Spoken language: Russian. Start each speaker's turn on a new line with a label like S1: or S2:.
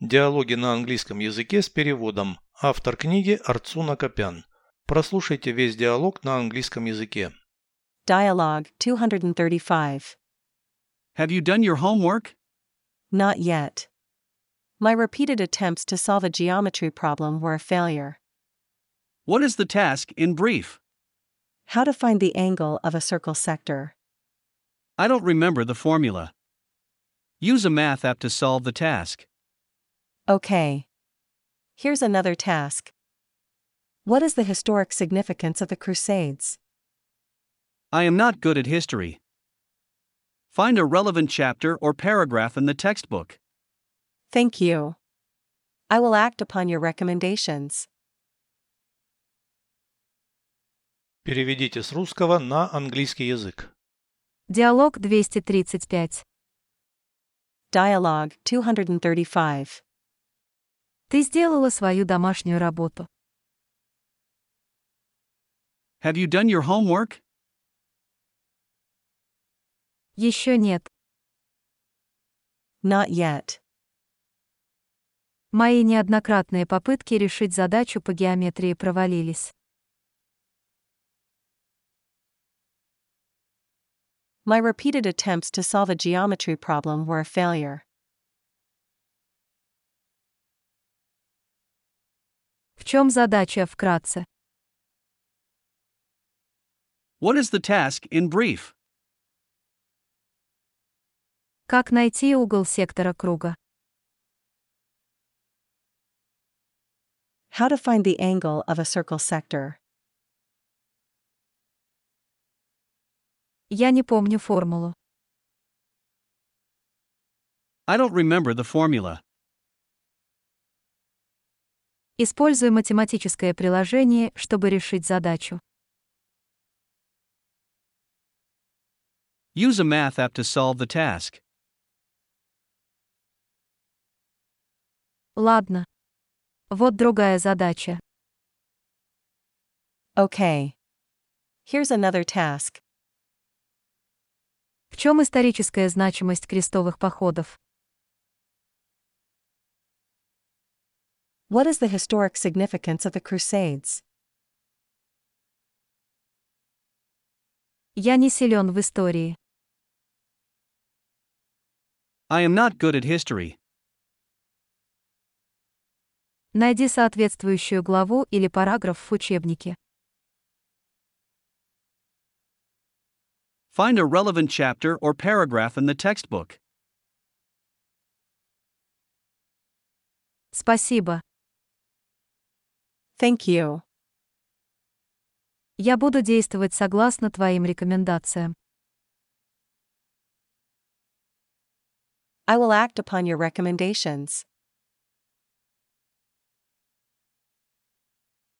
S1: Диалоги на английском языке с переводом. Автор книги Арцуна Копян. Прослушайте весь диалог на английском языке.
S2: Dialogue 235.
S3: Have you done your homework?
S2: Not yet. My repeated attempts to solve a geometry problem were a failure.
S3: What is the task in brief?
S2: How to find the angle of a circle sector.
S3: I don't remember the formula. Use a math app to solve the task.
S2: Okay. Here's another task. What is the historic significance of the Crusades?
S3: I am not good at history. Find a relevant chapter or paragraph in the textbook.
S2: Thank you. I will act upon your recommendations.
S1: Переведите с русского на английский язык.
S4: Диалог 235.
S2: Dialogue 235.
S4: Ты сделала свою домашнюю работу.
S3: Have you done your homework?
S4: Еще нет.
S2: Not yet.
S4: Мои неоднократные попытки решить задачу по геометрии провалились.
S2: My repeated attempts to solve a geometry problem were a failure.
S4: В чем задача вкратце?
S3: What is the task in brief?
S4: Как найти угол сектора круга?
S2: How to find the angle of a circle sector.
S4: Я не помню формулу.
S3: I don't remember the formula.
S4: Используй математическое приложение, чтобы решить задачу.
S3: Use a math app to solve the task.
S4: Ладно. Вот другая задача.
S2: Okay. Here's another task.
S4: В чем историческая значимость крестовых походов?
S2: What is the historic significance of the Crusades?
S4: Я не силен в истории.
S3: I am not good at history.
S4: Найди соответствующую главу или параграф в учебнике.
S3: Find a relevant chapter or paragraph in the textbook.
S4: Спасибо.
S2: Thank you.
S4: Я буду действовать согласно твоим рекомендациям.
S2: I will act upon your recommendations.